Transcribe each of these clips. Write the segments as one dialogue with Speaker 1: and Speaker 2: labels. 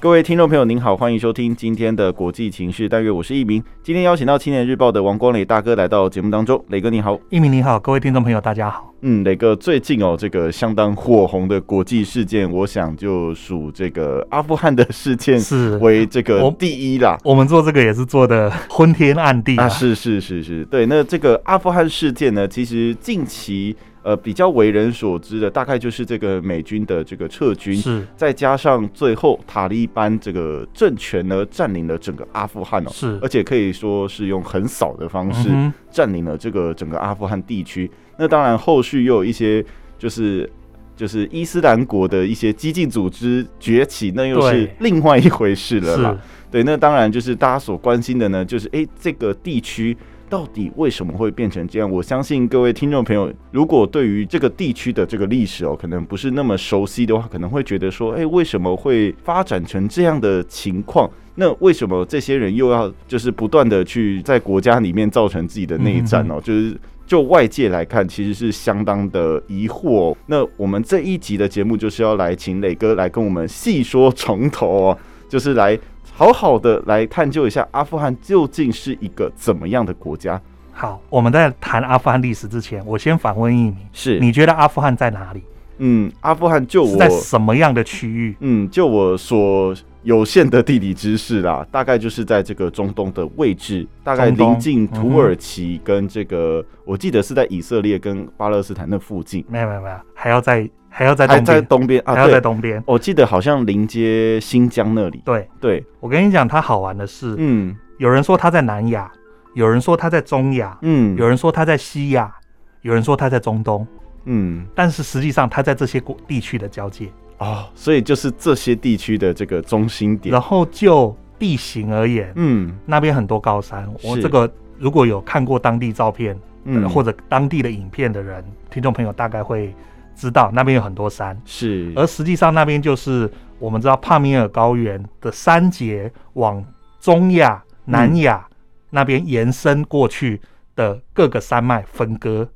Speaker 1: 各位听众朋友，您好，欢迎收听今天的国际情势单元，我是一鸣。今天邀请到《青年日报》的王光磊大哥来到节目当中，磊哥你好。
Speaker 2: 一鸣你好，各位听众朋友大家好。
Speaker 1: 嗯，磊哥最近哦，这个相当火红的国际事件，我想就数这个阿富汗的事件
Speaker 2: 是
Speaker 1: 为这个
Speaker 2: 我
Speaker 1: 第一啦。
Speaker 2: 我们做这个也是做的昏天暗地
Speaker 1: 啊，是是是是，对。那这个阿富汗事件呢，其实近期呃比较为人所知的，大概就是这个美军的这个撤军，
Speaker 2: 是
Speaker 1: 再加上最后塔利班这个政权呢占领了整个阿富汗哦，
Speaker 2: 是
Speaker 1: 而且可以说是用横扫的方式
Speaker 2: 嗯哼
Speaker 1: 占领了这个整个阿富汗地区。那当然，后续又有一些就是就是伊斯兰国的一些激进组织崛起，那又是
Speaker 2: 对
Speaker 1: 另外一回事了啦
Speaker 2: 是。
Speaker 1: 对，那当然就是大家所关心的呢，就是诶，这个地区到底为什么会变成这样？我相信各位听众朋友，如果对于这个地区的这个历史哦，可能不是那么熟悉的话，可能会觉得说，诶，为什么会发展成这样的情况？那为什么这些人又要就是不断的去在国家里面造成自己的内战哦？就是就外界来看，其实是相当的疑惑哦、那我们这一集的节目就是要来请磊哥来跟我们细说从头哦，就是来好好的来探究一下阿富汗究竟是一个怎么样的国家。
Speaker 2: 好，我们在谈阿富汗历史之前，我先反问一鸣，
Speaker 1: 是
Speaker 2: 你觉得阿富汗在哪里？
Speaker 1: 嗯，阿富汗就是我
Speaker 2: 在什么样的区域？
Speaker 1: 嗯，就我所有限的地理知识啦，大概就是在这个中东的位置，大概
Speaker 2: 中东
Speaker 1: 临近土耳其跟这个，我记得是在以色列跟巴勒斯坦那附近，
Speaker 2: 没有没有没有，还要在还要在
Speaker 1: 还
Speaker 2: 东
Speaker 1: 在
Speaker 2: 边，
Speaker 1: 东边
Speaker 2: 还
Speaker 1: 啊，
Speaker 2: 要在
Speaker 1: 对，
Speaker 2: 东边。
Speaker 1: 我记得好像临接新疆那里。
Speaker 2: 对
Speaker 1: 对，
Speaker 2: 我跟你讲，它好玩的是，
Speaker 1: 嗯
Speaker 2: 有人说它在南亚，有人说它在中亚，
Speaker 1: 嗯，
Speaker 2: 有人说它在西亚，有人说它在中东，
Speaker 1: 嗯
Speaker 2: 但是实际上它在这些国地区的交界。
Speaker 1: 哦，所以就是这些地区的这个中心点
Speaker 2: 然。后就地形而言，
Speaker 1: 嗯
Speaker 2: 那边很多高山。我
Speaker 1: 是
Speaker 2: 这个如果有看过当地照片、
Speaker 1: 嗯，
Speaker 2: 或者当地的影片的人，听众朋友大概会知道那边有很多山，
Speaker 1: 是
Speaker 2: 而实际上那边就是我们知道帕米尔高原的山节往中亚、南亚、
Speaker 1: 嗯
Speaker 2: 那边延伸过去的各个山脉分割，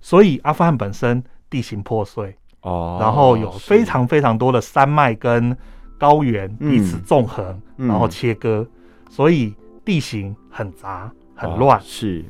Speaker 2: 所以阿富汗本身地形破碎，
Speaker 1: 哦，
Speaker 2: 然后有
Speaker 1: 是
Speaker 2: 非常非常多的山脉跟高原
Speaker 1: 嗯
Speaker 2: 彼此纵横，
Speaker 1: 嗯
Speaker 2: 然后切割，所以地形很杂很
Speaker 1: 哦
Speaker 2: 乱，
Speaker 1: 是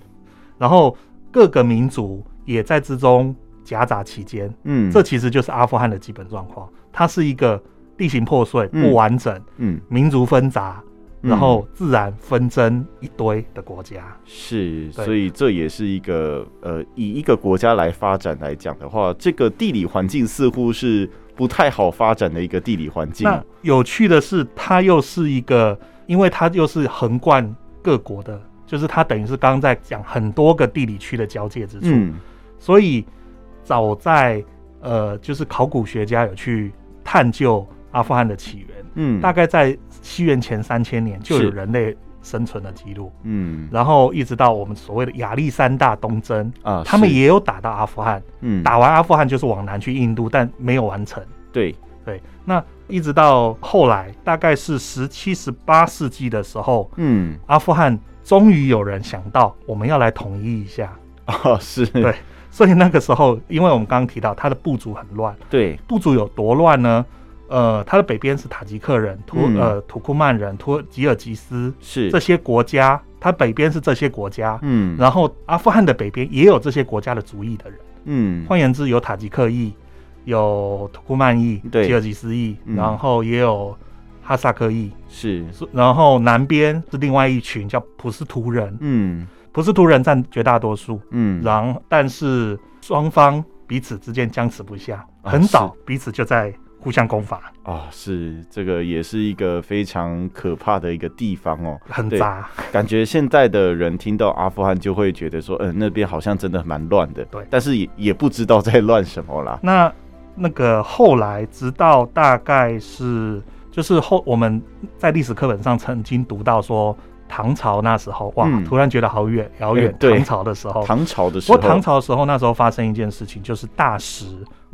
Speaker 2: 然后各个民族也在之中夹杂其间，
Speaker 1: 嗯
Speaker 2: 这其实就是阿富汗的基本状况，它是一个地形破碎、
Speaker 1: 嗯
Speaker 2: 不完整、
Speaker 1: 嗯
Speaker 2: 民族纷杂，
Speaker 1: 嗯
Speaker 2: 然后自然纷争一堆的国家。
Speaker 1: 是，
Speaker 2: 对
Speaker 1: 所以这也是一个呃，以一个国家来发展来讲的话，这个地理环境似乎是不太好发展的一个地理环境。
Speaker 2: 那有趣的是，它又是一个，因为它又是横贯各国的，就是它等于是刚刚在讲很多个地理区的交界之处，
Speaker 1: 嗯
Speaker 2: 所以早在呃，就是考古学家有去探究阿富汗的起源，
Speaker 1: 嗯，
Speaker 2: 大概在西元前三千年就是有人类生存的记录，
Speaker 1: 嗯
Speaker 2: 然后一直到我们所谓的亚历山大东征。
Speaker 1: 啊，
Speaker 2: 他们
Speaker 1: 是
Speaker 2: 也有打到阿富汗，
Speaker 1: 嗯
Speaker 2: 打完阿富汗就是往南去印度，但没有完成。
Speaker 1: 对
Speaker 2: 对，那一直到后来，大概是十七、十八世纪的时候，
Speaker 1: 嗯
Speaker 2: 阿富汗终于有人想到我们要来统一一下，
Speaker 1: 啊是
Speaker 2: 对所以那个时候，因为我们刚刚提到它的部族很乱，
Speaker 1: 对
Speaker 2: 部族有多乱呢？呃，它的北边是塔吉克人、土、
Speaker 1: 嗯
Speaker 2: 呃土库曼人、土吉尔吉斯
Speaker 1: 是
Speaker 2: 这些国家，它北边是这些国家，
Speaker 1: 嗯
Speaker 2: 然后阿富汗的北边也有这些国家的族裔的人。
Speaker 1: 嗯
Speaker 2: 换言之，有塔吉克裔，有土库曼裔、
Speaker 1: 对
Speaker 2: 吉尔吉斯裔，
Speaker 1: 嗯
Speaker 2: 然后也有哈萨克裔，
Speaker 1: 是
Speaker 2: 是然后南边是另外一群叫普什图人，
Speaker 1: 嗯
Speaker 2: 普什图人占绝大多数，
Speaker 1: 嗯
Speaker 2: 然后但是双方彼此之间僵持不下，
Speaker 1: 啊
Speaker 2: 很早
Speaker 1: 是
Speaker 2: 彼此就在互相攻伐，
Speaker 1: 啊是这个也是一个非常可怕的一个地方哦。
Speaker 2: 很
Speaker 1: 对
Speaker 2: 杂，
Speaker 1: 感觉现在的人听到阿富汗就会觉得说，嗯、那边好像真的蛮乱的，
Speaker 2: 对
Speaker 1: 但是也也不知道在乱什么啦。
Speaker 2: 那那个后来，直到大概是就是后我们在历史课本上曾经读到说，唐朝那时候，哇，
Speaker 1: 嗯
Speaker 2: 突然觉得好远遥
Speaker 1: 哎
Speaker 2: 远。
Speaker 1: 对
Speaker 2: 唐朝的时候，
Speaker 1: 唐朝的时
Speaker 2: 哦不过
Speaker 1: 候，
Speaker 2: 唐朝的时候，那时候发生一件事情，就是大食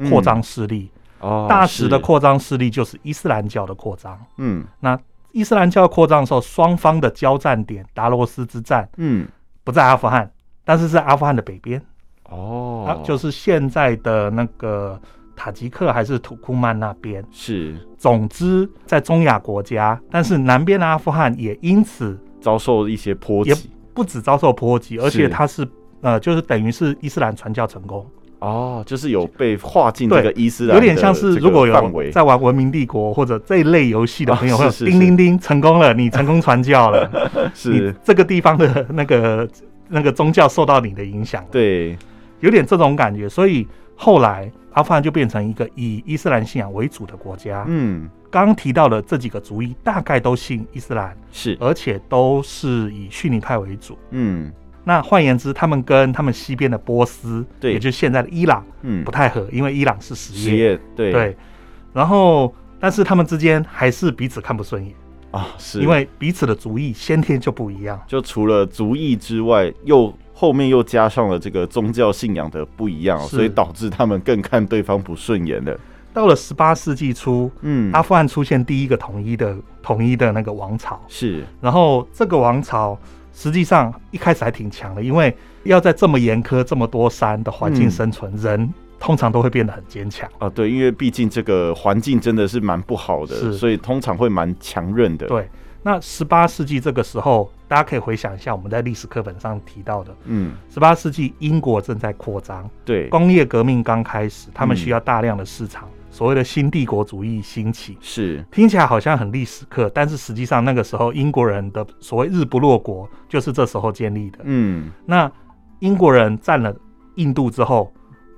Speaker 2: 扩张势力。
Speaker 1: 嗯哦
Speaker 2: 大食的
Speaker 1: 是
Speaker 2: 扩张势力就是伊斯兰教的扩张。
Speaker 1: 嗯
Speaker 2: 那伊斯兰教扩张的时候，双方的交战点达罗斯之战
Speaker 1: 嗯
Speaker 2: 不在阿富汗，但是在阿富汗的北边，
Speaker 1: 哦，
Speaker 2: 啊，就是现在的那个塔吉克还是土库曼那边。
Speaker 1: 是
Speaker 2: 总之，在中亚国家，但是南边的阿富汗也因此
Speaker 1: 遭受一些波
Speaker 2: 也
Speaker 1: 及
Speaker 2: 不止遭受波及，而且
Speaker 1: 是
Speaker 2: 它是呃，就是等于是伊斯兰传教成功，
Speaker 1: 哦，就是有被划进这个
Speaker 2: 对
Speaker 1: 伊斯兰
Speaker 2: 有
Speaker 1: 的
Speaker 2: 点像是
Speaker 1: 这个
Speaker 2: 如果
Speaker 1: 范
Speaker 2: 有
Speaker 1: 围
Speaker 2: 在玩文明帝国或者这一类游戏的朋友，
Speaker 1: 啊
Speaker 2: 会有
Speaker 1: 是是是
Speaker 2: 叮叮叮成功了，你成功传 教了，你
Speaker 1: 是
Speaker 2: 这个地方的那个那个宗教受到你的影响了，
Speaker 1: 对
Speaker 2: 有点这种感觉，所以后来阿富汗就变成一个以伊斯兰信仰为主的国家。
Speaker 1: 嗯
Speaker 2: 刚刚提到的这几个族裔大概都信伊斯兰，
Speaker 1: 是
Speaker 2: 而且都是以逊尼派为主。
Speaker 1: 嗯
Speaker 2: 那换言之，他们跟他们西边的波斯，
Speaker 1: 对
Speaker 2: 也就是现在的伊朗
Speaker 1: 嗯
Speaker 2: 不太合，因为伊朗是实
Speaker 1: 实
Speaker 2: 业，
Speaker 1: 业对
Speaker 2: 对。然后，但是他们之间还是彼此看不顺眼，
Speaker 1: 啊是
Speaker 2: 因为彼此的族裔先天就不一样。
Speaker 1: 就除了族裔之外，又后面又加上了这个宗教信仰的不一样，哦
Speaker 2: 是
Speaker 1: 所以导致他们更看对方不顺眼了。
Speaker 2: 到了十八世纪初，
Speaker 1: 嗯，
Speaker 2: 阿富汗出现第一个统一的统一的那个王朝，
Speaker 1: 是
Speaker 2: 然后这个王朝实际上一开始还挺强的，因为要在这么严苛、这么多山的环境
Speaker 1: 嗯
Speaker 2: 生存，人通常都会变得很坚强。
Speaker 1: 啊，对，因为毕竟这个环境真的是蛮不好的，
Speaker 2: 是
Speaker 1: 所以通常会蛮强韧的。，
Speaker 2: 对，那十八世纪这个时候，大家可以回想一下我们在历史课本上提到的，
Speaker 1: 嗯，
Speaker 2: 十八世纪英国正在扩张，
Speaker 1: 对，
Speaker 2: 工业革命刚开始，他们
Speaker 1: 嗯
Speaker 2: 需要大量的市场，所谓的新帝国主义兴起。
Speaker 1: 是
Speaker 2: 听起来好像很历史课，但是实际上那个时候英国人的所谓“日不落国”就是这时候建立的。
Speaker 1: 嗯，
Speaker 2: 那英国人占了印度之后，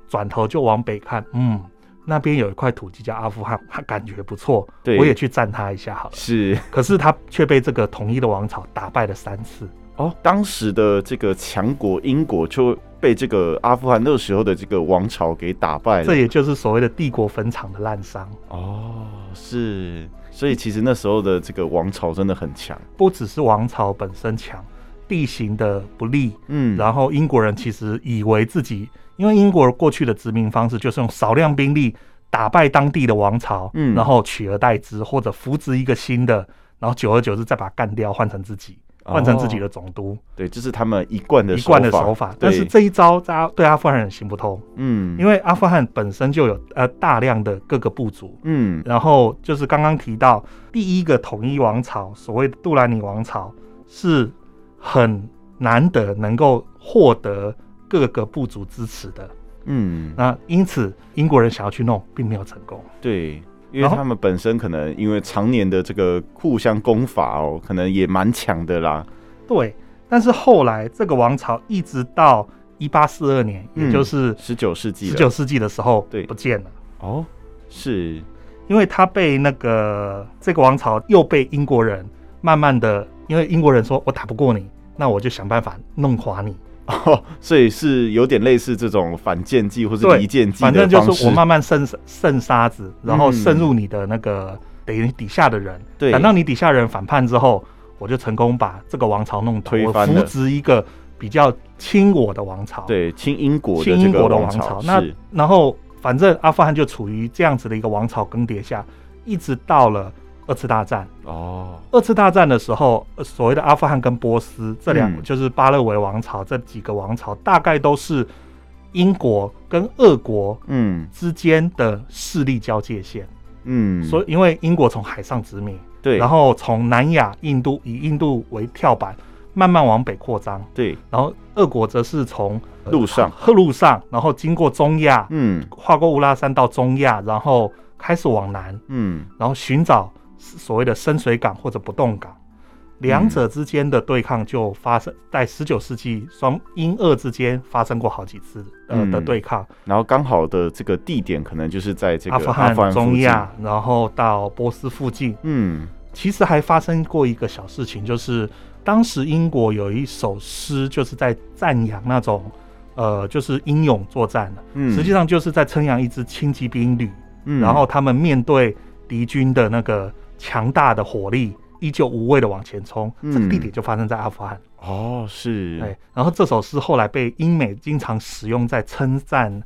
Speaker 2: 转头就往北看，嗯，那边有一块土地叫阿富汗，他感觉不错，
Speaker 1: 对
Speaker 2: 我也去占它一下 好了。
Speaker 1: 是
Speaker 2: 可是他却被这个统一的王朝打败了三次。
Speaker 1: 哦，当时的这个强国英国就被这个阿富汗那时候的这个王朝给打败
Speaker 2: 这
Speaker 1: 了。
Speaker 2: 也就是所谓的帝国坟场的滥觞，
Speaker 1: 哦，是，所以其实那时候的这个王朝真的很强。
Speaker 2: 不只是王朝本身强，地形的不利，
Speaker 1: 嗯，
Speaker 2: 然后英国人其实以为自己，因为英国过去的殖民方式就是用少量兵力打败当地的王朝，
Speaker 1: 嗯
Speaker 2: 然后取而代之，或者扶植一个新的，然后久而久之再把它干掉，换成自己，
Speaker 1: 哦
Speaker 2: 换成自己的总督，
Speaker 1: 对，这是他们一贯的
Speaker 2: 一贯的
Speaker 1: 法
Speaker 2: 手法。
Speaker 1: 对，
Speaker 2: 但是这一招大家对阿富汗人行不通，
Speaker 1: 嗯，
Speaker 2: 因为阿富汗本身就有呃大量的各个部族，
Speaker 1: 嗯
Speaker 2: 然后就是刚刚提到第一个统一王朝，所谓的杜兰尼王朝，是很难得能够获得各个部族支持的。
Speaker 1: 嗯，
Speaker 2: 那因此，英国人想要去弄，并没有成功。
Speaker 1: 对。因为
Speaker 2: 然后
Speaker 1: 他们本身可能因为常年的这个互相攻伐哦，可能也蛮强的啦。
Speaker 2: 对，但是后来这个王朝一直到一八四二年，
Speaker 1: 嗯
Speaker 2: 也就是
Speaker 1: 十九世纪
Speaker 2: 十
Speaker 1: 了，
Speaker 2: 九世纪的时候，
Speaker 1: 对
Speaker 2: 不见了。
Speaker 1: 哦，是
Speaker 2: 因为他被那个这个王朝又被英国人慢慢的，因为英国人说我打不过你，那我就想办法弄垮你，
Speaker 1: 哦，所以是有点类似这种反间计或是
Speaker 2: 对
Speaker 1: 离间计的
Speaker 2: 反正就
Speaker 1: 方
Speaker 2: 是
Speaker 1: 式
Speaker 2: 我慢慢渗渗沙子，然后
Speaker 1: 嗯
Speaker 2: 渗入你的那个等于底下的人，
Speaker 1: 对
Speaker 2: 等到你底下人反叛之后，我就成功把这个王朝弄倒
Speaker 1: 推
Speaker 2: 我
Speaker 1: 翻
Speaker 2: 扶
Speaker 1: 了
Speaker 2: 植一个比较亲我的王朝，，
Speaker 1: 对清英国的
Speaker 2: 亲
Speaker 1: 这
Speaker 2: 英
Speaker 1: 个
Speaker 2: 国的
Speaker 1: 王
Speaker 2: 王
Speaker 1: 朝
Speaker 2: 朝。，那
Speaker 1: 是
Speaker 2: 然后反正阿富汗就处于这样子的一个王朝更迭下，一直到了二次大战。
Speaker 1: 哦，
Speaker 2: 二次大战的时候，呃所谓的阿富汗跟波斯这两个，
Speaker 1: 嗯
Speaker 2: 就是巴勒维王朝这几个王朝，大概都是英国跟俄国
Speaker 1: 嗯
Speaker 2: 之间的势力交界线。
Speaker 1: 嗯，
Speaker 2: 所以，因为英国从海上殖民，
Speaker 1: 对，
Speaker 2: 然后从南亚、印度以印度为跳板，慢慢往北扩张，
Speaker 1: 对，
Speaker 2: 然后俄国则是从
Speaker 1: 路上
Speaker 2: 赫路上，然后经过中亚，
Speaker 1: 嗯
Speaker 2: 跨过乌拉山到中亚，然后开始往南，
Speaker 1: 嗯
Speaker 2: 然后寻找所谓的深水港或者不动港。两者之间的对抗就发生在十九世纪双英俄之间发生过好几次呃
Speaker 1: 嗯
Speaker 2: 的对抗，
Speaker 1: 然后刚好的这个地点可能就是在这个
Speaker 2: 阿富汗、
Speaker 1: 附
Speaker 2: 中
Speaker 1: 近
Speaker 2: 亚，，然后到波斯附近。
Speaker 1: 嗯
Speaker 2: 其实还发生过一个小事情，就是当时英国有一首诗，就是在赞扬那种呃，就是英勇作战的，
Speaker 1: 嗯，
Speaker 2: 实际上就是在称扬一支轻骑兵旅，
Speaker 1: 嗯
Speaker 2: 然后他们面对敌军的那个强大的火力依旧无畏的往前冲。
Speaker 1: 嗯
Speaker 2: 这个地点就发生在阿富汗。
Speaker 1: 哦，是，
Speaker 2: 对，然后这首诗后来被英美经常使用在称赞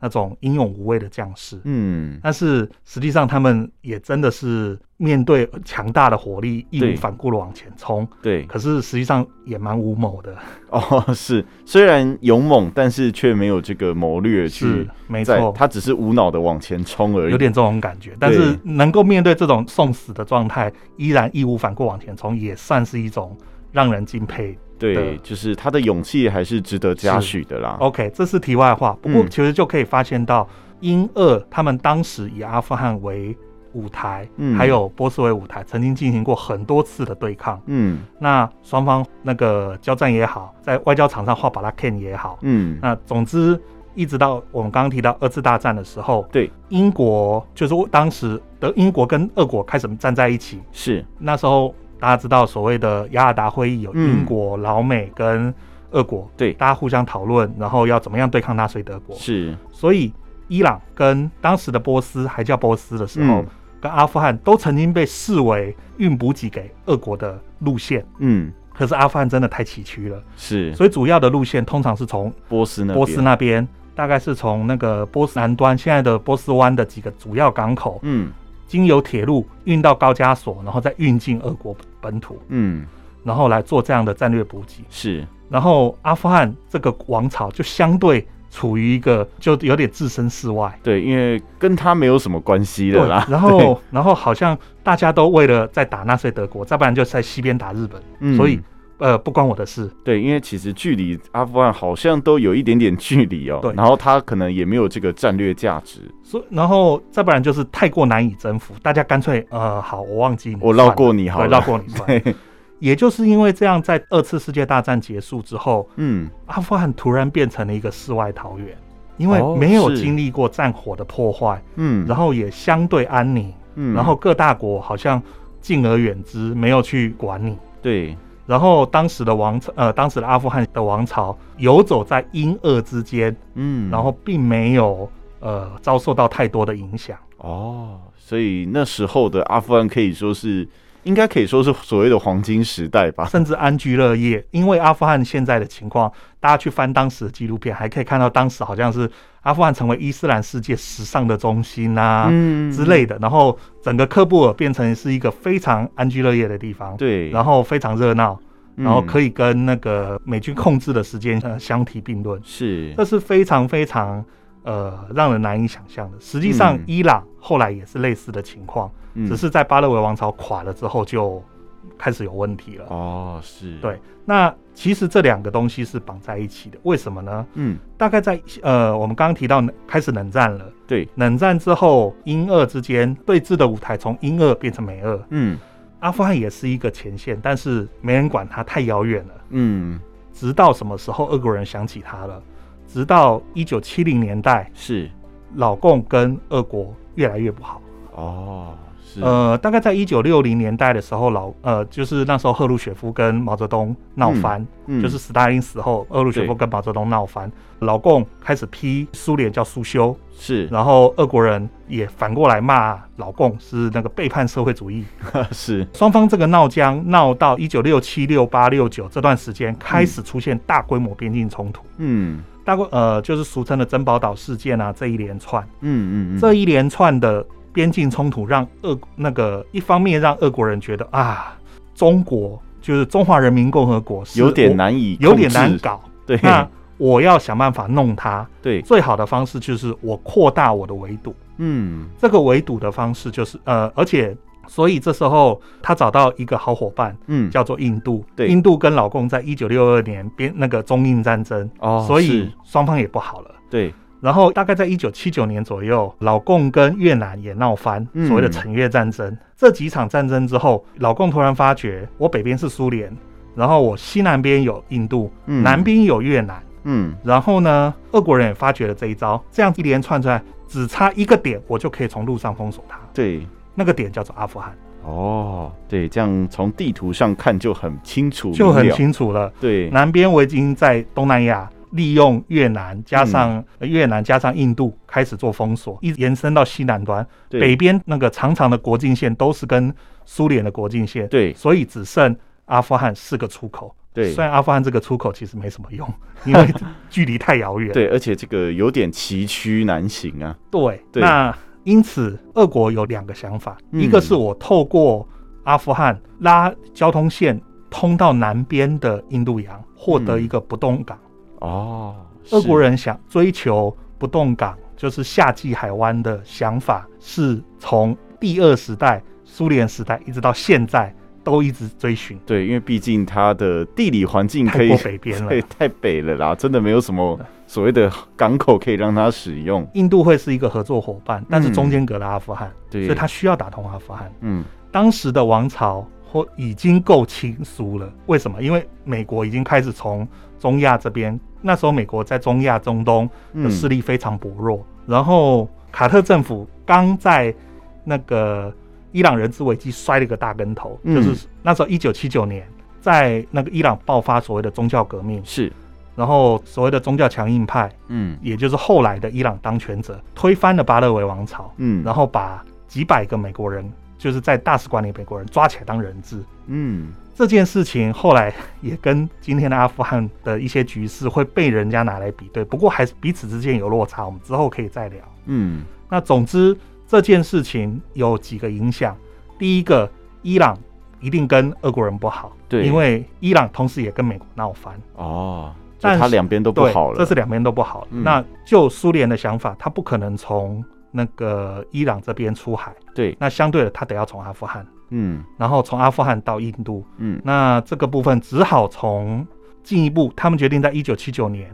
Speaker 2: 那种英勇无畏的将士。
Speaker 1: 嗯，
Speaker 2: 但是实际上，他们也真的是面对强大的火力，义
Speaker 1: 对
Speaker 2: 无反顾的往前冲。
Speaker 1: 对，
Speaker 2: 可是实际上也蛮无谋的，
Speaker 1: 哦，是，虽然勇猛，但是却没有这个谋略去
Speaker 2: 是没
Speaker 1: 在，
Speaker 2: 错，
Speaker 1: 他只是无脑的往前冲而已，
Speaker 2: 有点这种感觉。但是能够面对这种送死的状态，依然义无反顾往前冲，也算是一种让人敬佩。
Speaker 1: 对，
Speaker 2: 的哦
Speaker 1: 就是他的勇气还是值得嘉许的啦。
Speaker 2: OK，这是题外话。不过
Speaker 1: 嗯
Speaker 2: 其实就可以发现到，英俄他们当时以阿富汗为舞台，
Speaker 1: 嗯
Speaker 2: 还有波斯为舞台，曾经进行过很多次的对抗。
Speaker 1: 嗯
Speaker 2: 那双方那个交战也好，在外交场上画把拉 Ken 也好，
Speaker 1: 嗯，
Speaker 2: 那总之一直到我们刚刚提到二次大战的时候，
Speaker 1: 对，
Speaker 2: 英国就是当时的英国跟俄国开始站在一起。
Speaker 1: 是，
Speaker 2: 那时候大家知道所谓的雅尔达会议有
Speaker 1: 嗯
Speaker 2: 英国、老美跟俄国，
Speaker 1: 对
Speaker 2: 大家互相讨论，然后要怎么样对抗纳粹德国。
Speaker 1: 是，
Speaker 2: 所以伊朗跟当时的波斯还叫波斯的时候。
Speaker 1: 嗯
Speaker 2: 跟阿富汗都曾经被视为运补给给俄国的路线，
Speaker 1: 嗯，
Speaker 2: 可是阿富汗真的太崎岖了，
Speaker 1: 是。
Speaker 2: 所以主要的路线通常是从
Speaker 1: 波斯那边，
Speaker 2: 波斯那边，大概是从那个波斯南端现在的波斯湾的几个主要港口，
Speaker 1: 嗯
Speaker 2: 经由铁路运到高加索，然后再运进俄国本土，
Speaker 1: 嗯，
Speaker 2: 然后来做这样的战略补给。
Speaker 1: 是，
Speaker 2: 然后阿富汗这个王朝就相对处于一个就有点置身事外。
Speaker 1: 对，因为跟他没有什么关系
Speaker 2: 对
Speaker 1: 的啦。
Speaker 2: 然 后，然后好像大家都为了在打纳粹德国，再不然就在西边打日本，
Speaker 1: 嗯
Speaker 2: 所以呃，不关我的事。
Speaker 1: 对，因为其实距离阿富汗好像都有一点点距离哦
Speaker 2: 对，嗯
Speaker 1: 然后他可能也没有这个战略价值，
Speaker 2: 所以然后再不然就是太过难以征服，大家干脆呃，好，我忘记你，
Speaker 1: 我
Speaker 2: 算
Speaker 1: 绕
Speaker 2: 了
Speaker 1: 过你好
Speaker 2: 对，
Speaker 1: 了，
Speaker 2: 绕过你算。 也就是因为这样，在二次世界大战结束之后，
Speaker 1: 嗯，
Speaker 2: 阿富汗突然变成了一个世外桃源，因为
Speaker 1: 哦
Speaker 2: 没有
Speaker 1: 是
Speaker 2: 经历过战火的破坏，
Speaker 1: 嗯
Speaker 2: 然后也相对安宁，
Speaker 1: 嗯
Speaker 2: 然后各大国好像敬而远之，没有去管你。
Speaker 1: 对，
Speaker 2: 然后当时的王朝，呃，当时的阿富汗的王朝游走在英俄之间，
Speaker 1: 嗯，
Speaker 2: 然后并没有呃遭受到太多的影响。
Speaker 1: 哦，所以那时候的阿富汗可以说是，应该可以说是所谓的黄金时代吧。
Speaker 2: 甚至安居乐业。因为阿富汗现在的情况，大家去翻当时的纪录片，还可以看到当时好像是阿富汗成为伊斯兰世界时尚的中心啊、
Speaker 1: 嗯
Speaker 2: 之类的，然后整个喀布尔变成是一个非常安居乐业的地方，，
Speaker 1: 对，嗯
Speaker 2: 然后非常热闹，然后可
Speaker 1: 以、
Speaker 2: 以跟那个美军控制的时间呃相提并论，
Speaker 1: 是
Speaker 2: 这是非常非常。呃，让人难以想象的。实际上
Speaker 1: 嗯，
Speaker 2: 伊朗后来也是类似的情况，
Speaker 1: 嗯
Speaker 2: 只是在巴勒维王朝垮了之后就开始有问题了。
Speaker 1: 哦，是
Speaker 2: 对，，那其实这两个东西是绑在一起的，为什么呢？
Speaker 1: 嗯，
Speaker 2: 大概在呃，我们刚刚提到冷开始冷战了，
Speaker 1: 对，
Speaker 2: 冷战之后，英俄之间对峙的舞台从英俄变成美俄，
Speaker 1: 嗯
Speaker 2: 阿富汗也是一个前线，但是没人管它，太遥远了。
Speaker 1: 嗯
Speaker 2: 直到什么时候俄国人想起它了？直到一九七零年代，
Speaker 1: 是
Speaker 2: 老共跟俄国越来越不好。
Speaker 1: 哦是
Speaker 2: 呃，大概在一九六零年代的时候，老呃，就是那时候赫鲁雪夫跟毛泽东闹
Speaker 1: 嗯
Speaker 2: 翻，
Speaker 1: 嗯
Speaker 2: 就是斯大林死后，俄鲁雪夫
Speaker 1: 对
Speaker 2: 跟毛泽东闹翻，老共开始批苏联叫苏修，
Speaker 1: 是
Speaker 2: 然后俄国人也反过来骂老共是那个背叛社会主义，
Speaker 1: 是
Speaker 2: 双方这个闹僵闹到一九六七、六八、六九这段时间开始出现大规模边境冲突，
Speaker 1: 嗯
Speaker 2: 大规呃就是俗称的珍宝岛事件啊这一连串，
Speaker 1: 嗯嗯嗯
Speaker 2: 这一连串的边境冲突让俄那个一方面让俄国人觉得啊中国。就是中华人民共和国是
Speaker 1: 有点
Speaker 2: 我
Speaker 1: 难以
Speaker 2: 有点
Speaker 1: 控
Speaker 2: 难
Speaker 1: 制
Speaker 2: 搞。
Speaker 1: 对
Speaker 2: 那我要想办法弄它，
Speaker 1: 对
Speaker 2: 最好的方式就是我扩大我的围堵。
Speaker 1: 嗯
Speaker 2: 这个围堵的方式就是呃，而且所以这时候他找到一个好伙伴，
Speaker 1: 嗯
Speaker 2: 叫做印度。
Speaker 1: 对
Speaker 2: 印度跟老共在一九六二年边那个中印战争，
Speaker 1: 哦
Speaker 2: 所以
Speaker 1: 是
Speaker 2: 双方也不好了。
Speaker 1: 对
Speaker 2: 然后大概在一九七九年左右，老共跟越南也闹翻，
Speaker 1: 嗯
Speaker 2: 所谓的陈越战争。这几场战争之后，老共突然发觉，我北边是苏联，然后我西南边有印度，
Speaker 1: 嗯
Speaker 2: 南边有越南。
Speaker 1: 嗯
Speaker 2: 然后呢，俄国人也发觉了这一招，这样一连串出来，只差一个点，我就可以从路上封锁它。
Speaker 1: 对
Speaker 2: 那个点叫做阿富汗，
Speaker 1: 哦对，这样从地图上看就很清楚，
Speaker 2: 就很，清楚了。
Speaker 1: 对
Speaker 2: 南边维京在东南亚，利用越南加上呃越南加上印度开始做封锁，一直延伸到西南端，
Speaker 1: 对
Speaker 2: 北边那个长长的国境线都是跟苏联的国境线，
Speaker 1: 对
Speaker 2: 所以只剩阿富汗四个出口。
Speaker 1: 对
Speaker 2: 虽然阿富汗这个出口其实没什么用，因为距离太遥远。
Speaker 1: 对，而且这个有点崎岖难行啊。
Speaker 2: 对，
Speaker 1: 对
Speaker 2: 那因此，俄国有两个想法，
Speaker 1: 嗯
Speaker 2: 一个是我透过阿富汗拉交通线通到南边的印度洋，获得一个不动港。
Speaker 1: 哦，
Speaker 2: 俄
Speaker 1: 嗯
Speaker 2: 国
Speaker 1: 是
Speaker 2: 人想追求不动港，就是夏季海湾的想法，是从第二时代苏联时代一直到现在都一直追寻，
Speaker 1: 对，因为毕竟它的地理环境可
Speaker 2: 太
Speaker 1: 以
Speaker 2: 过北边 了
Speaker 1: 对，。太北了啦，真的没有什么所谓的港口可以让它使用。
Speaker 2: 印度会是一个合作伙伴，但是中间隔了阿富汗，
Speaker 1: 嗯对
Speaker 2: 所以他需要打通阿富汗。
Speaker 1: 嗯，
Speaker 2: 当时的王朝或已经够亲苏了。为什么？因为美国已经开始从中亚这边，那时候美国在中亚、中东的
Speaker 1: 嗯
Speaker 2: 势力非常薄弱。然后卡特政府刚在那个伊朗人质危机摔了一个大跟头，
Speaker 1: 嗯
Speaker 2: 就是那时候一九七九年，在那个伊朗爆发所谓的宗教革命，
Speaker 1: 是，
Speaker 2: 然后所谓的宗教强硬派，
Speaker 1: 嗯
Speaker 2: 也就是后来的伊朗当权者推翻了巴勒维王朝。
Speaker 1: 嗯，
Speaker 2: 然
Speaker 1: 后
Speaker 2: 后把几百个美国人，就是在大使馆里美国人抓起来当人质。
Speaker 1: 嗯
Speaker 2: 这件事情后来也跟今天的阿富汗的一些局势会被人家拿来比对，不过还是彼此之间有落差，我们之后可以再聊。
Speaker 1: 嗯
Speaker 2: 那总之这件事情有几个影响，第一个，伊朗一定跟俄国人不好，
Speaker 1: 对
Speaker 2: 因为伊朗同时也跟美国闹翻，
Speaker 1: 哦，就
Speaker 2: 但
Speaker 1: 它
Speaker 2: 是
Speaker 1: 两边都不
Speaker 2: 对，
Speaker 1: 好了。
Speaker 2: 这是两边都不好。
Speaker 1: 嗯
Speaker 2: 那就苏联的想法，他不可能从那个伊朗这边出海，
Speaker 1: 对，
Speaker 2: 那相对的，他得要从阿富汗，
Speaker 1: 嗯
Speaker 2: 然后从阿富汗到印度，
Speaker 1: 嗯
Speaker 2: 那这个部分只好从进一步，他们决定在一九七九年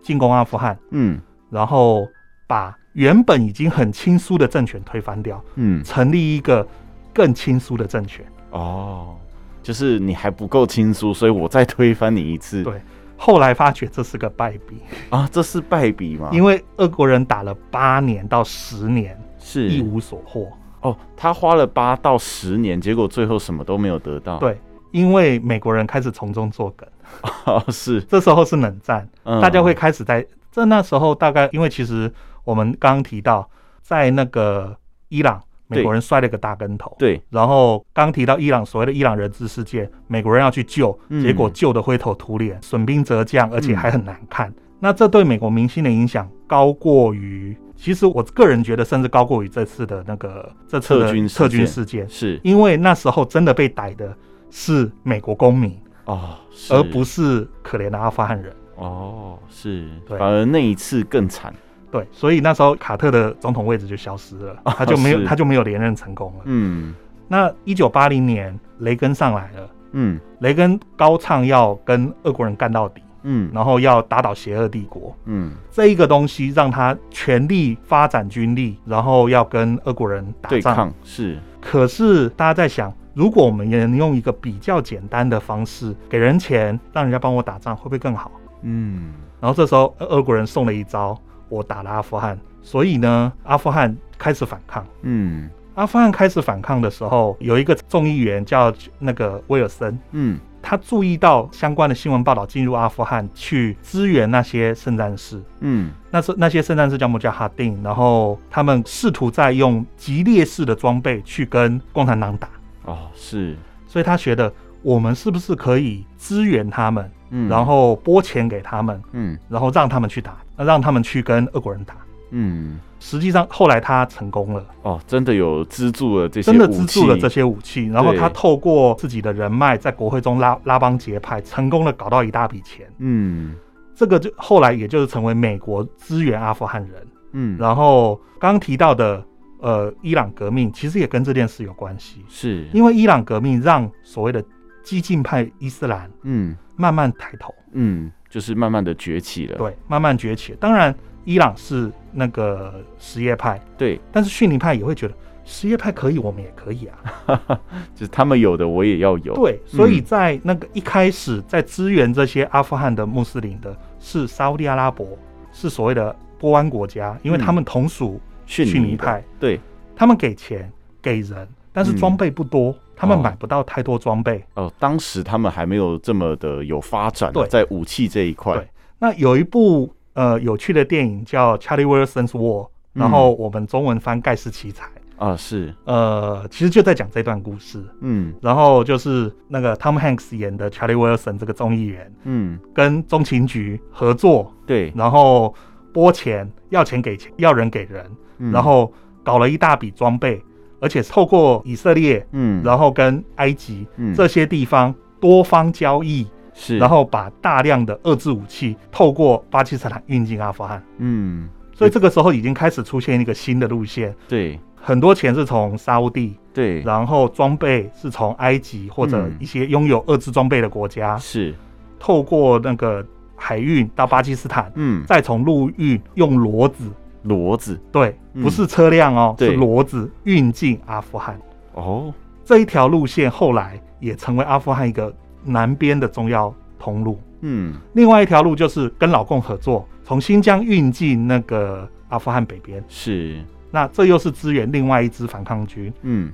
Speaker 2: 进攻阿富汗，
Speaker 1: 嗯
Speaker 2: 然后把原本已经很亲苏的政权推翻掉，
Speaker 1: 嗯，
Speaker 2: 成立一个更亲苏的政权。
Speaker 1: 哦，就是你还不够亲疏，所以我再推翻你一次。
Speaker 2: 对后来发觉这是个败笔，
Speaker 1: 啊，这是败笔吗？
Speaker 2: 因
Speaker 1: 为
Speaker 2: 为俄国人打了八年到十年，一
Speaker 1: 是
Speaker 2: 无所获。
Speaker 1: 哦，他花了八到十年，结果最后什么都没有得到。，
Speaker 2: 对，因为美国人开始从中作梗，
Speaker 1: 哦、是，
Speaker 2: 这时候是冷战，
Speaker 1: 嗯
Speaker 2: 大家会开始在在那时候大概，因为其实我们刚刚提到，在那个伊朗，
Speaker 1: 对
Speaker 2: 美国人摔了个大跟头。
Speaker 1: 对，
Speaker 2: 然后刚提到伊朗所谓的伊朗人质事件，美国人要去救，
Speaker 1: 嗯
Speaker 2: 结果救的灰头土脸，损兵折将，而且还很难看。那这对美国明星的影响高过于，其实我个人觉得甚至高过于这次的那个这次
Speaker 1: 撤
Speaker 2: 的
Speaker 1: 军事件
Speaker 2: 撤军事件，
Speaker 1: 是
Speaker 2: 因为那时候真的被逮的是美国公民，
Speaker 1: 哦，是
Speaker 2: 而不是可怜的阿富汗人。
Speaker 1: 哦，是，
Speaker 2: 对
Speaker 1: 反而那一次更惨。
Speaker 2: 对，所以那时候卡特的总统位置就消失了，
Speaker 1: 啊
Speaker 2: 他就没有
Speaker 1: 是
Speaker 2: 他就没有连任成功了。
Speaker 1: 嗯
Speaker 2: 那一九八零年，雷根上来了，
Speaker 1: 嗯
Speaker 2: 雷根高唱要跟俄国人干到底，
Speaker 1: 嗯
Speaker 2: 然后要打倒邪恶帝国。
Speaker 1: 嗯，
Speaker 2: 这一个东西让他全力发展军力，然后要跟俄国人打
Speaker 1: 对
Speaker 2: 仗。
Speaker 1: 抗是
Speaker 2: 可是大家在想，如果我们也能用一个比较简单的方式，给人钱，让人家帮我打仗，会不会更好？
Speaker 1: 嗯
Speaker 2: 然后这时候呃俄国人送了一招，我打了阿富汗，所以呢，阿富汗开始反抗。
Speaker 1: 嗯
Speaker 2: 阿富汗开始反抗的时候，有一个众议员叫那个威尔森，
Speaker 1: 嗯
Speaker 2: 他注意到相关的新闻报道进入阿富汗去支援那些圣战士。
Speaker 1: 嗯
Speaker 2: 那是那些圣战士叫穆加哈定，然后他们试图在用极劣势的装备去跟共产党打，
Speaker 1: 哦是
Speaker 2: 所以他觉得我们是不是可以支援他们，
Speaker 1: 嗯，
Speaker 2: 然后拨钱给他们，
Speaker 1: 嗯
Speaker 2: 然后让他们去打，让他们去跟俄国人打。
Speaker 1: 嗯
Speaker 2: 实际上后来他成功了，
Speaker 1: 哦，真的有资助了这些
Speaker 2: 真的
Speaker 1: 武
Speaker 2: 资助了
Speaker 1: 器
Speaker 2: 这些武器，然后
Speaker 1: 对
Speaker 2: 他透过自己的人脉在国会中拉拉帮结派，成功的搞到一大笔钱。
Speaker 1: 嗯
Speaker 2: 这个就后来也就是成为美国支援阿富汗人。
Speaker 1: 嗯，
Speaker 2: 然后刚刚提到的呃伊朗革命，其实也跟这件事有关系，
Speaker 1: 是
Speaker 2: 因为伊朗革命让所谓的激进派伊斯兰
Speaker 1: 嗯
Speaker 2: 慢慢抬头，
Speaker 1: 嗯，就是慢慢的崛起了。
Speaker 2: 对，慢慢崛起。当然，伊朗是那个什叶派。
Speaker 1: 对，
Speaker 2: 但是逊尼派也会觉得什叶派可以，我们也可以啊。
Speaker 1: 就是他们有的我也要有。
Speaker 2: 对，所以在那个一开始嗯在支援这些阿富汗的穆斯林的是沙烏地阿拉伯，是所谓的波湾国家，因为他们同属
Speaker 1: 逊
Speaker 2: 逊
Speaker 1: 尼
Speaker 2: 尼派，嗯
Speaker 1: 对
Speaker 2: 他们给钱给人，但是
Speaker 1: 嗯
Speaker 2: 装备不多，他们
Speaker 1: 哦
Speaker 2: 买不到太多装备。
Speaker 1: 哦，当时他们还没有这么的有发展啊
Speaker 2: 对
Speaker 1: 在武器这一块
Speaker 2: 对。那有一部呃有趣的电影叫《Charlie Wilson's War》，
Speaker 1: 嗯
Speaker 2: 然后我们中文翻《盖世奇才》。
Speaker 1: 啊，是，
Speaker 2: 呃，其实就在讲这段故事。
Speaker 1: 嗯
Speaker 2: 然后就是那个 Tom Hanks 演的 Charlie Wilson 这个众议员
Speaker 1: 嗯，
Speaker 2: 跟中情局合作，
Speaker 1: 对，
Speaker 2: 然后拨钱，要钱给钱，要人给人，
Speaker 1: 嗯
Speaker 2: 然后搞了一大笔装备，而且透过以色列，
Speaker 1: 嗯，
Speaker 2: 然后跟埃及
Speaker 1: 嗯
Speaker 2: 这些地方多方交易，
Speaker 1: 是，
Speaker 2: 然后把大量的遏制武器透过巴基斯坦运进阿富汗。
Speaker 1: 嗯，
Speaker 2: 所以这个时候已经开始出现一个新的路线，
Speaker 1: 对
Speaker 2: 很多钱是从沙乌地，
Speaker 1: 对
Speaker 2: 然后装备是从埃及或者
Speaker 1: 嗯
Speaker 2: 一些拥有遏制装备的国家，
Speaker 1: 是，
Speaker 2: 透过那个海运到巴基斯坦，
Speaker 1: 嗯，
Speaker 2: 再从陆运用骡子，
Speaker 1: 骡子
Speaker 2: 对，
Speaker 1: 嗯
Speaker 2: 不是车辆哦，
Speaker 1: 对
Speaker 2: 是骡子运进阿富汗。
Speaker 1: 哦，
Speaker 2: 这一条路线后来也成为阿富汗一个南边的重要通路。
Speaker 1: 嗯
Speaker 2: 另外一条路就是跟老共合作，从新疆运进那个阿富汗北边，
Speaker 1: 是，
Speaker 2: 那这又是支援另外一支反抗军。
Speaker 1: 嗯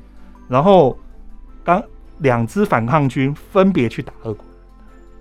Speaker 2: 然后刚两支反抗军分别去打俄国，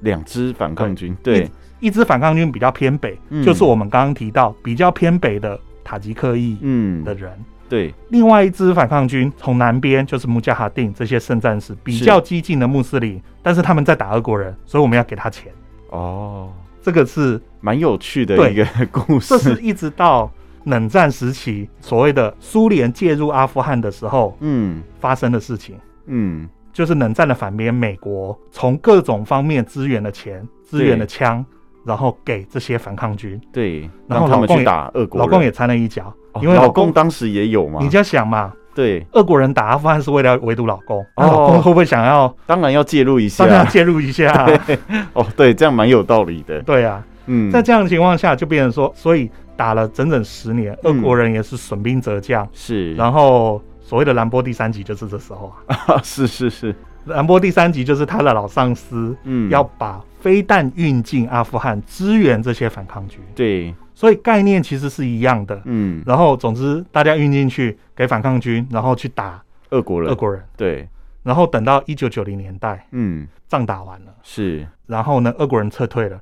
Speaker 1: 两支反抗军，对，
Speaker 2: 一支反抗军比较偏北，
Speaker 1: 嗯
Speaker 2: 就是我们刚刚提到比较偏北的塔吉克裔
Speaker 1: 嗯
Speaker 2: 的人；
Speaker 1: 对，
Speaker 2: 另外一支反抗军从南边就是穆加哈定这些圣战士，比
Speaker 1: 是
Speaker 2: 较激进的穆斯林，但是他们在打俄国人，所以我们要给他钱。
Speaker 1: 哦，
Speaker 2: 这个 是
Speaker 1: 蛮有趣的
Speaker 2: 对
Speaker 1: 一个 故
Speaker 2: 这是
Speaker 1: 事，
Speaker 2: 一直到冷战时期所谓的苏联介入阿富汗的时候
Speaker 1: 嗯
Speaker 2: 发生的事情。
Speaker 1: 嗯
Speaker 2: 就是冷战的反面，美国从各种方面支援了钱、支援了枪，然后给这些反抗军，
Speaker 1: 对，
Speaker 2: 然后
Speaker 1: 让他们
Speaker 2: 老共
Speaker 1: 去
Speaker 2: 也
Speaker 1: 打俄国
Speaker 2: 老
Speaker 1: 人，
Speaker 2: 共也掺了一脚，
Speaker 1: 哦
Speaker 2: 因为
Speaker 1: 老
Speaker 2: 共
Speaker 1: 共，当时也有嘛
Speaker 2: 你，就要想嘛，
Speaker 1: 对，
Speaker 2: 俄国人打阿富汗是为了围堵老共，那老
Speaker 1: 哦啊
Speaker 2: 共会不会想要
Speaker 1: 当然要介入一
Speaker 2: 当然要
Speaker 1: 下，
Speaker 2: 介入一下？
Speaker 1: 哦，对，这样蛮有道理的，
Speaker 2: 对啊，
Speaker 1: 嗯，
Speaker 2: 在这样的情况下，就变成说，所以打了整整十年，俄
Speaker 1: 嗯
Speaker 2: 国人也是损兵折将，
Speaker 1: 是，
Speaker 2: 然后所谓的兰波第三集就是这时候啊，
Speaker 1: 后 是是是，
Speaker 2: 兰波第三集就是他的老上司
Speaker 1: 嗯，
Speaker 2: 要把飞弹运进阿富汗，支援这些反抗军，
Speaker 1: 对，
Speaker 2: 所以概念其实是一样的。
Speaker 1: 嗯，
Speaker 2: 然后，总之大家运进去给反抗军，然后去打
Speaker 1: 俄国人，
Speaker 2: 俄国人。
Speaker 1: 对，
Speaker 2: 然后等到一九九零年代，
Speaker 1: 嗯，
Speaker 2: 仗打完了，
Speaker 1: 是，
Speaker 2: 然后呢，俄国人撤退了，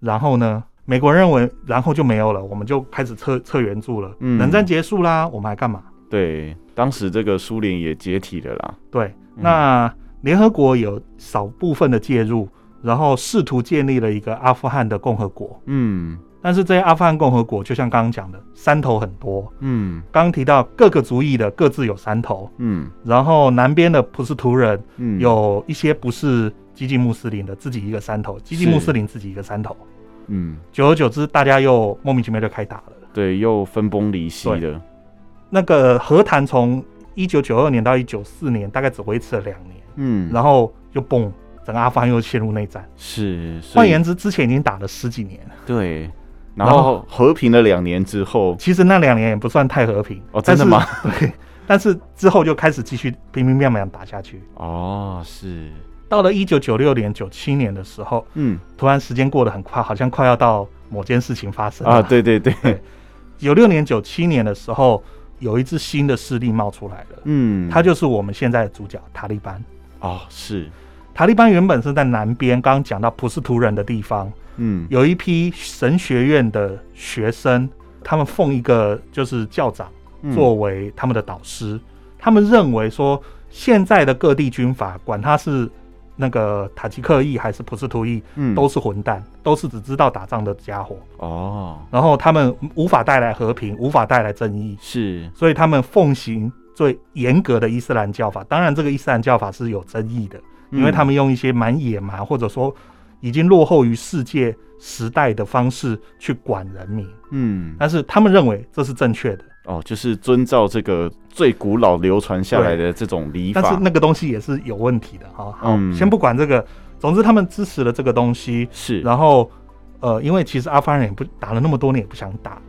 Speaker 2: 然后呢，美国人认为，然后就没有了，我们就开始撤撤援助了。
Speaker 1: 嗯
Speaker 2: 冷战结束啦，我们还干嘛？
Speaker 1: 对，当时这个苏联也解体了啦，
Speaker 2: 对，
Speaker 1: 嗯
Speaker 2: 那联合国有少部分的介入，然后试图建立了一个阿富汗的共和国。
Speaker 1: 嗯
Speaker 2: 但是这些阿富汗共和国，就像刚刚讲的，山头很多。
Speaker 1: 嗯
Speaker 2: 刚刚提到各个族裔的各自有山头，
Speaker 1: 嗯
Speaker 2: 然后南边的不是土人，
Speaker 1: 嗯，
Speaker 2: 有一些不是激进穆斯林的自己一个山头，激进穆斯林自己一个山头。
Speaker 1: 嗯，
Speaker 2: 久而久之，大家又莫名其妙就开打了。
Speaker 1: 对，又分崩离析
Speaker 2: 对
Speaker 1: 的，
Speaker 2: 那个和谈从一九九二年到一九四年，大概只维持了两年，
Speaker 1: 嗯，
Speaker 2: 然后又蹦，整个阿富汗又陷入内战。
Speaker 1: 是，所
Speaker 2: 换
Speaker 1: 以
Speaker 2: 言之，之前已经打了十几年了，
Speaker 1: 对，然
Speaker 2: 然
Speaker 1: 后和平了两年之后，
Speaker 2: 其实那两年也不算太和平
Speaker 1: 哦真的吗？
Speaker 2: 但是 对，但是之后就开始继续乒乒乓乓打下去。
Speaker 1: 哦，是，
Speaker 2: 到了一九九六年、九七年的时候，
Speaker 1: 嗯
Speaker 2: 突然时间过得很快，好像快要到某件事情发生了
Speaker 1: 啊，对对对，
Speaker 2: 对九六年、九七年的时候，有一支新的势力冒出来了，
Speaker 1: 嗯，
Speaker 2: 它就是我们现在的主角塔利班。
Speaker 1: 哦是，
Speaker 2: 塔利班原本是在南边，刚刚讲到普什图人的地方，
Speaker 1: 嗯
Speaker 2: 有一批神学院的学生，他们奉一个就是教长
Speaker 1: 嗯
Speaker 2: 作为他们的导师，他们认为说现在的各地军阀，管他是那个塔吉克裔还是普什图裔，
Speaker 1: 嗯
Speaker 2: 都是混蛋，都是只知道打仗的家伙，
Speaker 1: 哦
Speaker 2: 然后他们无法带来和平，无法带来正义，
Speaker 1: 是，
Speaker 2: 所以他们奉行最严格的伊斯兰教法。当然，这个伊斯兰教法是有争议的，因为
Speaker 1: 嗯
Speaker 2: 他们用一些蛮野蛮或者说已经落后于世界时代的方式去管人民，
Speaker 1: 嗯
Speaker 2: 但是他们认为这是正确的。
Speaker 1: 哦就是遵照这个最古老流传下来的这种礼
Speaker 2: 但是
Speaker 1: 法，
Speaker 2: 那个东西也是有问题的哈。好，
Speaker 1: 嗯
Speaker 2: 先不管这个，总之他们支持了这个东西，
Speaker 1: 是，
Speaker 2: 然后呃，因为其实阿富汗人也不打了那么多年，也不想打了。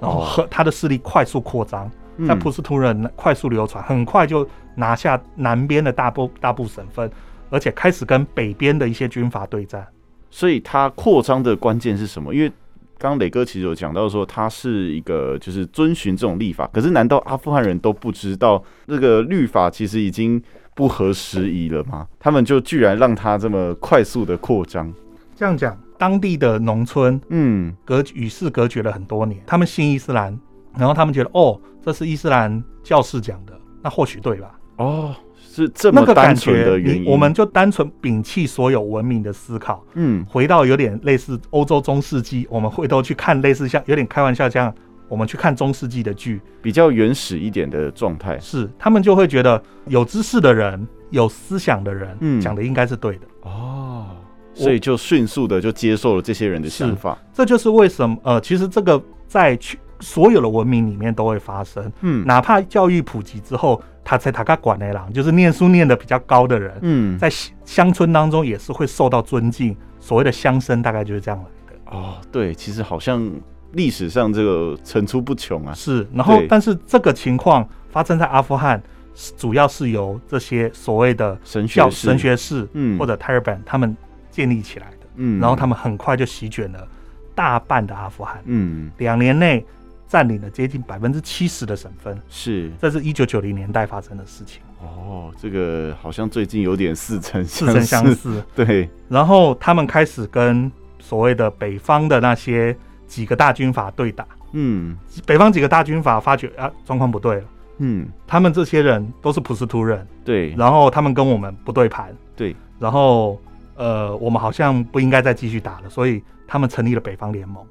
Speaker 2: 然后和他的势力快速扩张，在
Speaker 1: 哦嗯
Speaker 2: 普什图人快速流传，很快就拿下南边的大部大部省份，而且开始跟北边的一些军阀对战。
Speaker 1: 所以它扩张的关键是什么？因为刚刚磊哥其实有讲到说，它是一个就是遵循这种立法，可是难道阿富汗人都不知道这个律法其实已经不合时宜了吗？他们就居然让它这么快速的扩张，
Speaker 2: 这样讲，当地的农村
Speaker 1: 嗯
Speaker 2: 隔与世隔绝了很多年，他们信伊斯兰，然后他们觉得哦，这是伊斯兰教士讲的，那或许对吧？
Speaker 1: 哦，是这
Speaker 2: 那
Speaker 1: 么
Speaker 2: 个
Speaker 1: 单
Speaker 2: 感
Speaker 1: 纯
Speaker 2: 觉
Speaker 1: 的，原因。
Speaker 2: 你我们就单纯摒弃所有文明的思考，
Speaker 1: 嗯
Speaker 2: 回到有点类似欧洲中世纪，我们回头去看类似像有点开玩笑这样，我们去看中世纪的剧，
Speaker 1: 比较原始一点的状态
Speaker 2: 是他们就会觉得有知识的人、有思想的人
Speaker 1: 嗯
Speaker 2: 讲、的应该是对的。
Speaker 1: 哦，所以就迅速的就接受了这些人的想法。
Speaker 2: 这就是为什么呃，其实这个在去所有的文明里面都会发生，
Speaker 1: 嗯
Speaker 2: 哪怕教育普及之后，他才塔卡管内郎，就是念书念得比较高的人，
Speaker 1: 嗯，
Speaker 2: 在乡乡村当中也是会受到尊敬，所谓的乡绅大概就是这样来的。
Speaker 1: 哦，对，其实好像历史上这个层出不穷啊。
Speaker 2: 是，然后
Speaker 1: 对
Speaker 2: 但是这个情况发生在阿富汗，是主要是由这些所谓的
Speaker 1: 神学
Speaker 2: 教
Speaker 1: 士
Speaker 2: 神，学士，
Speaker 1: 嗯
Speaker 2: 或者泰尔班他们建立起来的，
Speaker 1: 嗯
Speaker 2: 然后他们很快就席卷了大半的阿富汗，
Speaker 1: 嗯
Speaker 2: 两年内占领了接近百分之七十的省份，
Speaker 1: 是
Speaker 2: 这是一九九零年代发生的事情，
Speaker 1: 哦，这个好像最近有点似曾
Speaker 2: 似曾相啊
Speaker 1: 似。
Speaker 2: 似。
Speaker 1: 对，
Speaker 2: 然后他们开始跟所谓的北方的那些几个大军阀对打，
Speaker 1: 嗯
Speaker 2: 北方几个大军阀发觉啊状况不对了，
Speaker 1: 嗯，
Speaker 2: 他们这些人都是普什图人，
Speaker 1: 对
Speaker 2: 然后他们跟我们不对盘，
Speaker 1: 对，
Speaker 2: 然后呃我们好像不应该再继续打了，所以他们成立了北方联盟，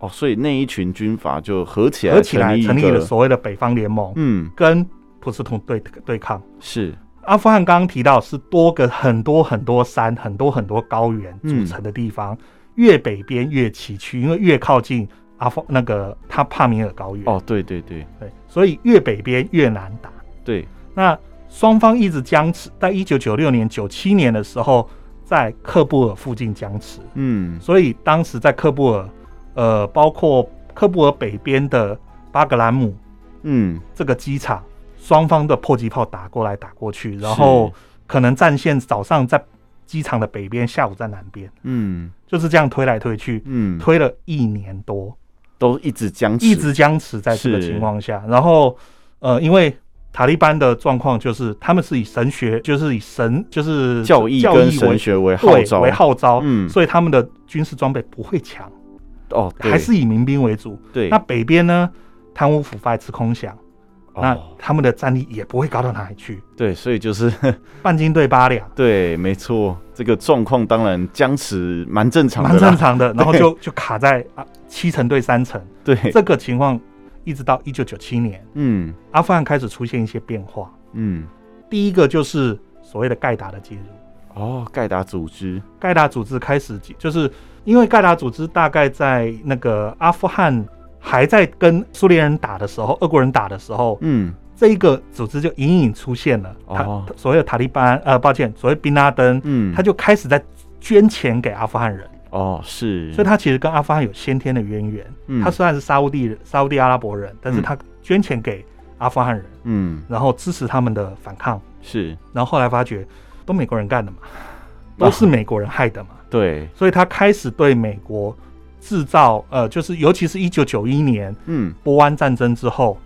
Speaker 1: 哦，所以那一群军阀就合起来，
Speaker 2: 合起来成立
Speaker 1: 一个
Speaker 2: 了所谓的北方联盟，
Speaker 1: 嗯，
Speaker 2: 跟普什图对对抗。
Speaker 1: 是
Speaker 2: 阿富汗刚刚提到是多个很多很多山、很多很多高原
Speaker 1: 嗯
Speaker 2: 组成的地方，越北边越崎岖，因为越靠近阿富那个他帕米尔高原，
Speaker 1: 哦，对对对
Speaker 2: 对，所以越北边越难打。
Speaker 1: 对，
Speaker 2: 那双方一直僵持，在一九九六年、九七年的时候，在喀布尔附近僵持，
Speaker 1: 嗯
Speaker 2: 所以当时在喀布尔，呃，包括喀布尔北边的巴格兰姆
Speaker 1: 嗯，
Speaker 2: 这个机场，双方的迫击炮打过来打过去，然后可能战线早上在机场的北边，下午在南边，
Speaker 1: 嗯
Speaker 2: 就是这样推来推去，
Speaker 1: 嗯，
Speaker 2: 推了一年多，
Speaker 1: 都一直僵持，
Speaker 2: 一直僵持在这个
Speaker 1: 是
Speaker 2: 情况下。然后，呃，因为塔利班的状况就是他们是以神学，就是以神，就是
Speaker 1: 教义
Speaker 2: 教
Speaker 1: 跟
Speaker 2: 义
Speaker 1: 神
Speaker 2: 为
Speaker 1: 学为号
Speaker 2: 对
Speaker 1: 召，
Speaker 2: 为号召，
Speaker 1: 嗯
Speaker 2: 所以他们的军事装备不会强，
Speaker 1: 哦，对
Speaker 2: 还是以民兵为主。
Speaker 1: 对，
Speaker 2: 那北边呢，贪污腐败、吃空饷，那
Speaker 1: 哦
Speaker 2: 他们的战力也不会高到哪里去。
Speaker 1: 对，所以就是
Speaker 2: 半斤对八两，
Speaker 1: 对，没错，这个状况当然僵持蛮正常的，
Speaker 2: 蛮正，常的。然后就就卡在啊七成对三成
Speaker 1: 对，
Speaker 2: 这个情况，一直到一九九七年，
Speaker 1: 嗯
Speaker 2: 阿富汗开始出现一些变化。
Speaker 1: 嗯，
Speaker 2: 第一个就是所谓的盖达的介入，
Speaker 1: 哦，盖达组织，
Speaker 2: 盖达组织开始就是因为盖达组织大概在那个阿富汗还在跟苏联人打的时候，俄国人打的时候，
Speaker 1: 嗯
Speaker 2: 这一个组织就隐隐出现了。他、
Speaker 1: 哦
Speaker 2: 所谓的塔利班，呃，抱歉，所谓宾拉登，
Speaker 1: 嗯，
Speaker 2: 他就开始在捐钱给阿富汗人。
Speaker 1: 哦是，
Speaker 2: 所以他其实跟阿富汗有先天的渊源。
Speaker 1: 嗯
Speaker 2: 他虽然是沙乌地人、沙乌地阿拉伯人，但是
Speaker 1: 嗯
Speaker 2: 他捐钱给阿富汗人，
Speaker 1: 嗯
Speaker 2: 然后支持他们的反抗。
Speaker 1: 是
Speaker 2: 然后后来发觉，都美国人干 的嘛，都是美国人害的嘛，
Speaker 1: 对，
Speaker 2: 所以他开始对美国制造，呃，就是尤其是一九九一年
Speaker 1: 嗯
Speaker 2: 波湾战争之后，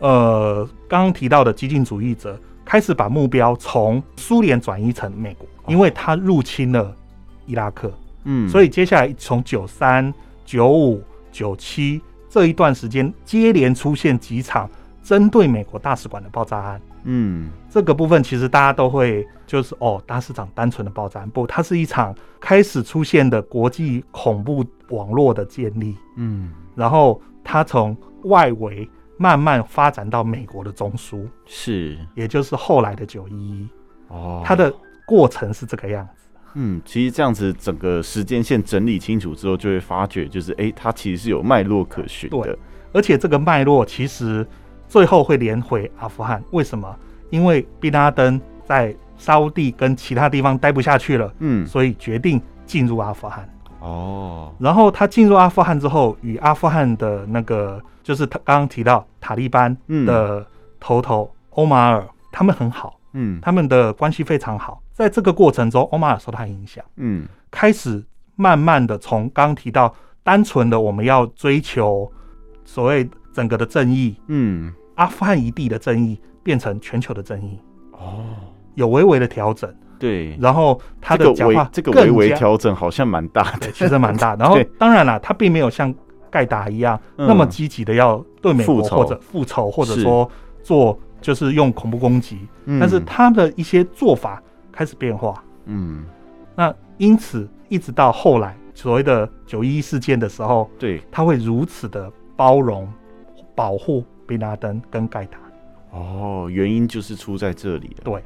Speaker 2: 呃，刚刚提到的激进主义者开始把目标从苏联转移成美国，
Speaker 1: 哦
Speaker 2: 因为他入侵了伊拉克。
Speaker 1: 嗯，
Speaker 2: 所以接下来从九三、九五、九七这一段时间，接连出现几场针对美国大使馆的爆炸案。
Speaker 1: 嗯
Speaker 2: 这个部分其实大家都会就是哦，大市场单纯的爆炸案，不，它是一场开始出现的国际恐怖网络的建立，
Speaker 1: 嗯
Speaker 2: 然后它从外围慢慢发展到美国的中枢，
Speaker 1: 是
Speaker 2: 也就是后来的九一一，
Speaker 1: 哦，
Speaker 2: 它的过程是这个样子。
Speaker 1: 嗯，其实这样子整个时间线整理清楚之后，就会发觉就是哎、它其实是有脉络可循的
Speaker 2: 对，而且这个脉络其实最后会连回阿富汗。为什么？因为宾拉登在沙乌地跟其他地方待不下去了，
Speaker 1: 嗯
Speaker 2: 所以决定进入阿富汗。
Speaker 1: 哦，
Speaker 2: 然后他进入阿富汗之后，与阿富汗的那个就是他刚刚提到塔利班
Speaker 1: 嗯
Speaker 2: 的头头欧马尔，他们很好，
Speaker 1: 嗯
Speaker 2: 他们的关系非常好。在这个过程中，欧马尔受他影响。
Speaker 1: 嗯
Speaker 2: 开始慢慢的从刚提到单纯的我们要追求所谓整个的正义，
Speaker 1: 嗯
Speaker 2: 阿富汗一地的正义变成全球的正义，
Speaker 1: 哦，
Speaker 2: 有微微的调整，
Speaker 1: 对，
Speaker 2: 然后它
Speaker 1: 嗯这
Speaker 2: 的
Speaker 1: 个
Speaker 2: 讲
Speaker 1: 微
Speaker 2: 话
Speaker 1: 这个
Speaker 2: 更
Speaker 1: 微微
Speaker 2: 加
Speaker 1: 调整好像蛮大的，
Speaker 2: 对，其实蛮大。然后
Speaker 1: 对
Speaker 2: 当然啦，他并没有像盖达一样、
Speaker 1: 嗯
Speaker 2: 那么积极的要对美国
Speaker 1: 复仇
Speaker 2: 或者复仇，或者
Speaker 1: 是
Speaker 2: 说做就是用恐怖攻击，
Speaker 1: 嗯
Speaker 2: 但是他的一些做法开始变化。
Speaker 1: 嗯，
Speaker 2: 那因此，一直到后来所谓的九一一事件的时候，
Speaker 1: 对，
Speaker 2: 他会如此的包容、保护宾拉登跟盖达。
Speaker 1: 哦，原因就是出在这里了。
Speaker 2: 对，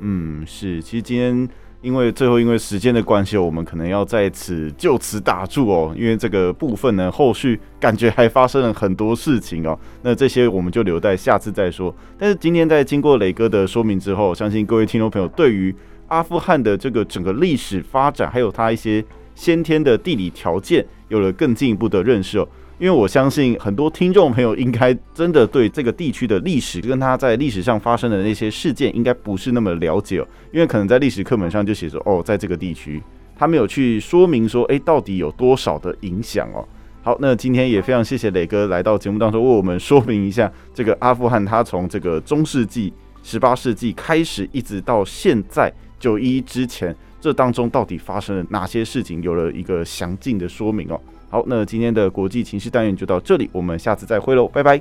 Speaker 1: 嗯，是，其实今天因为最后因为时间的关系哦，我们可能要在此就此打住哦，因为这个部分呢，后续感觉还发生了很多事情哦，那这些我们就留待下次再说。但是今天在经过磊哥的说明之后，相信各位听众朋友对于阿富汗的这个整个历史发展，还有它一些先天的地理条件，有了更进一步的认识哦。因为我相信很多听众朋友应该真的对这个地区的历史跟它在历史上发生的那些事件应该不是那么了解哦，因为可能在历史课本上就写说哦，在这个地区，他没有去说明说诶到底有多少的影响哦。好，那今天也非常谢谢磊哥来到节目当中为我们说明一下这个阿富汗，它从这个中世纪、十八世纪开始，一直到现在九一之前，这当中到底发生了哪些事情，有了一个详尽的说明哦。好，那今天的国际情势单元就到这里，我们下次再会喽，拜拜。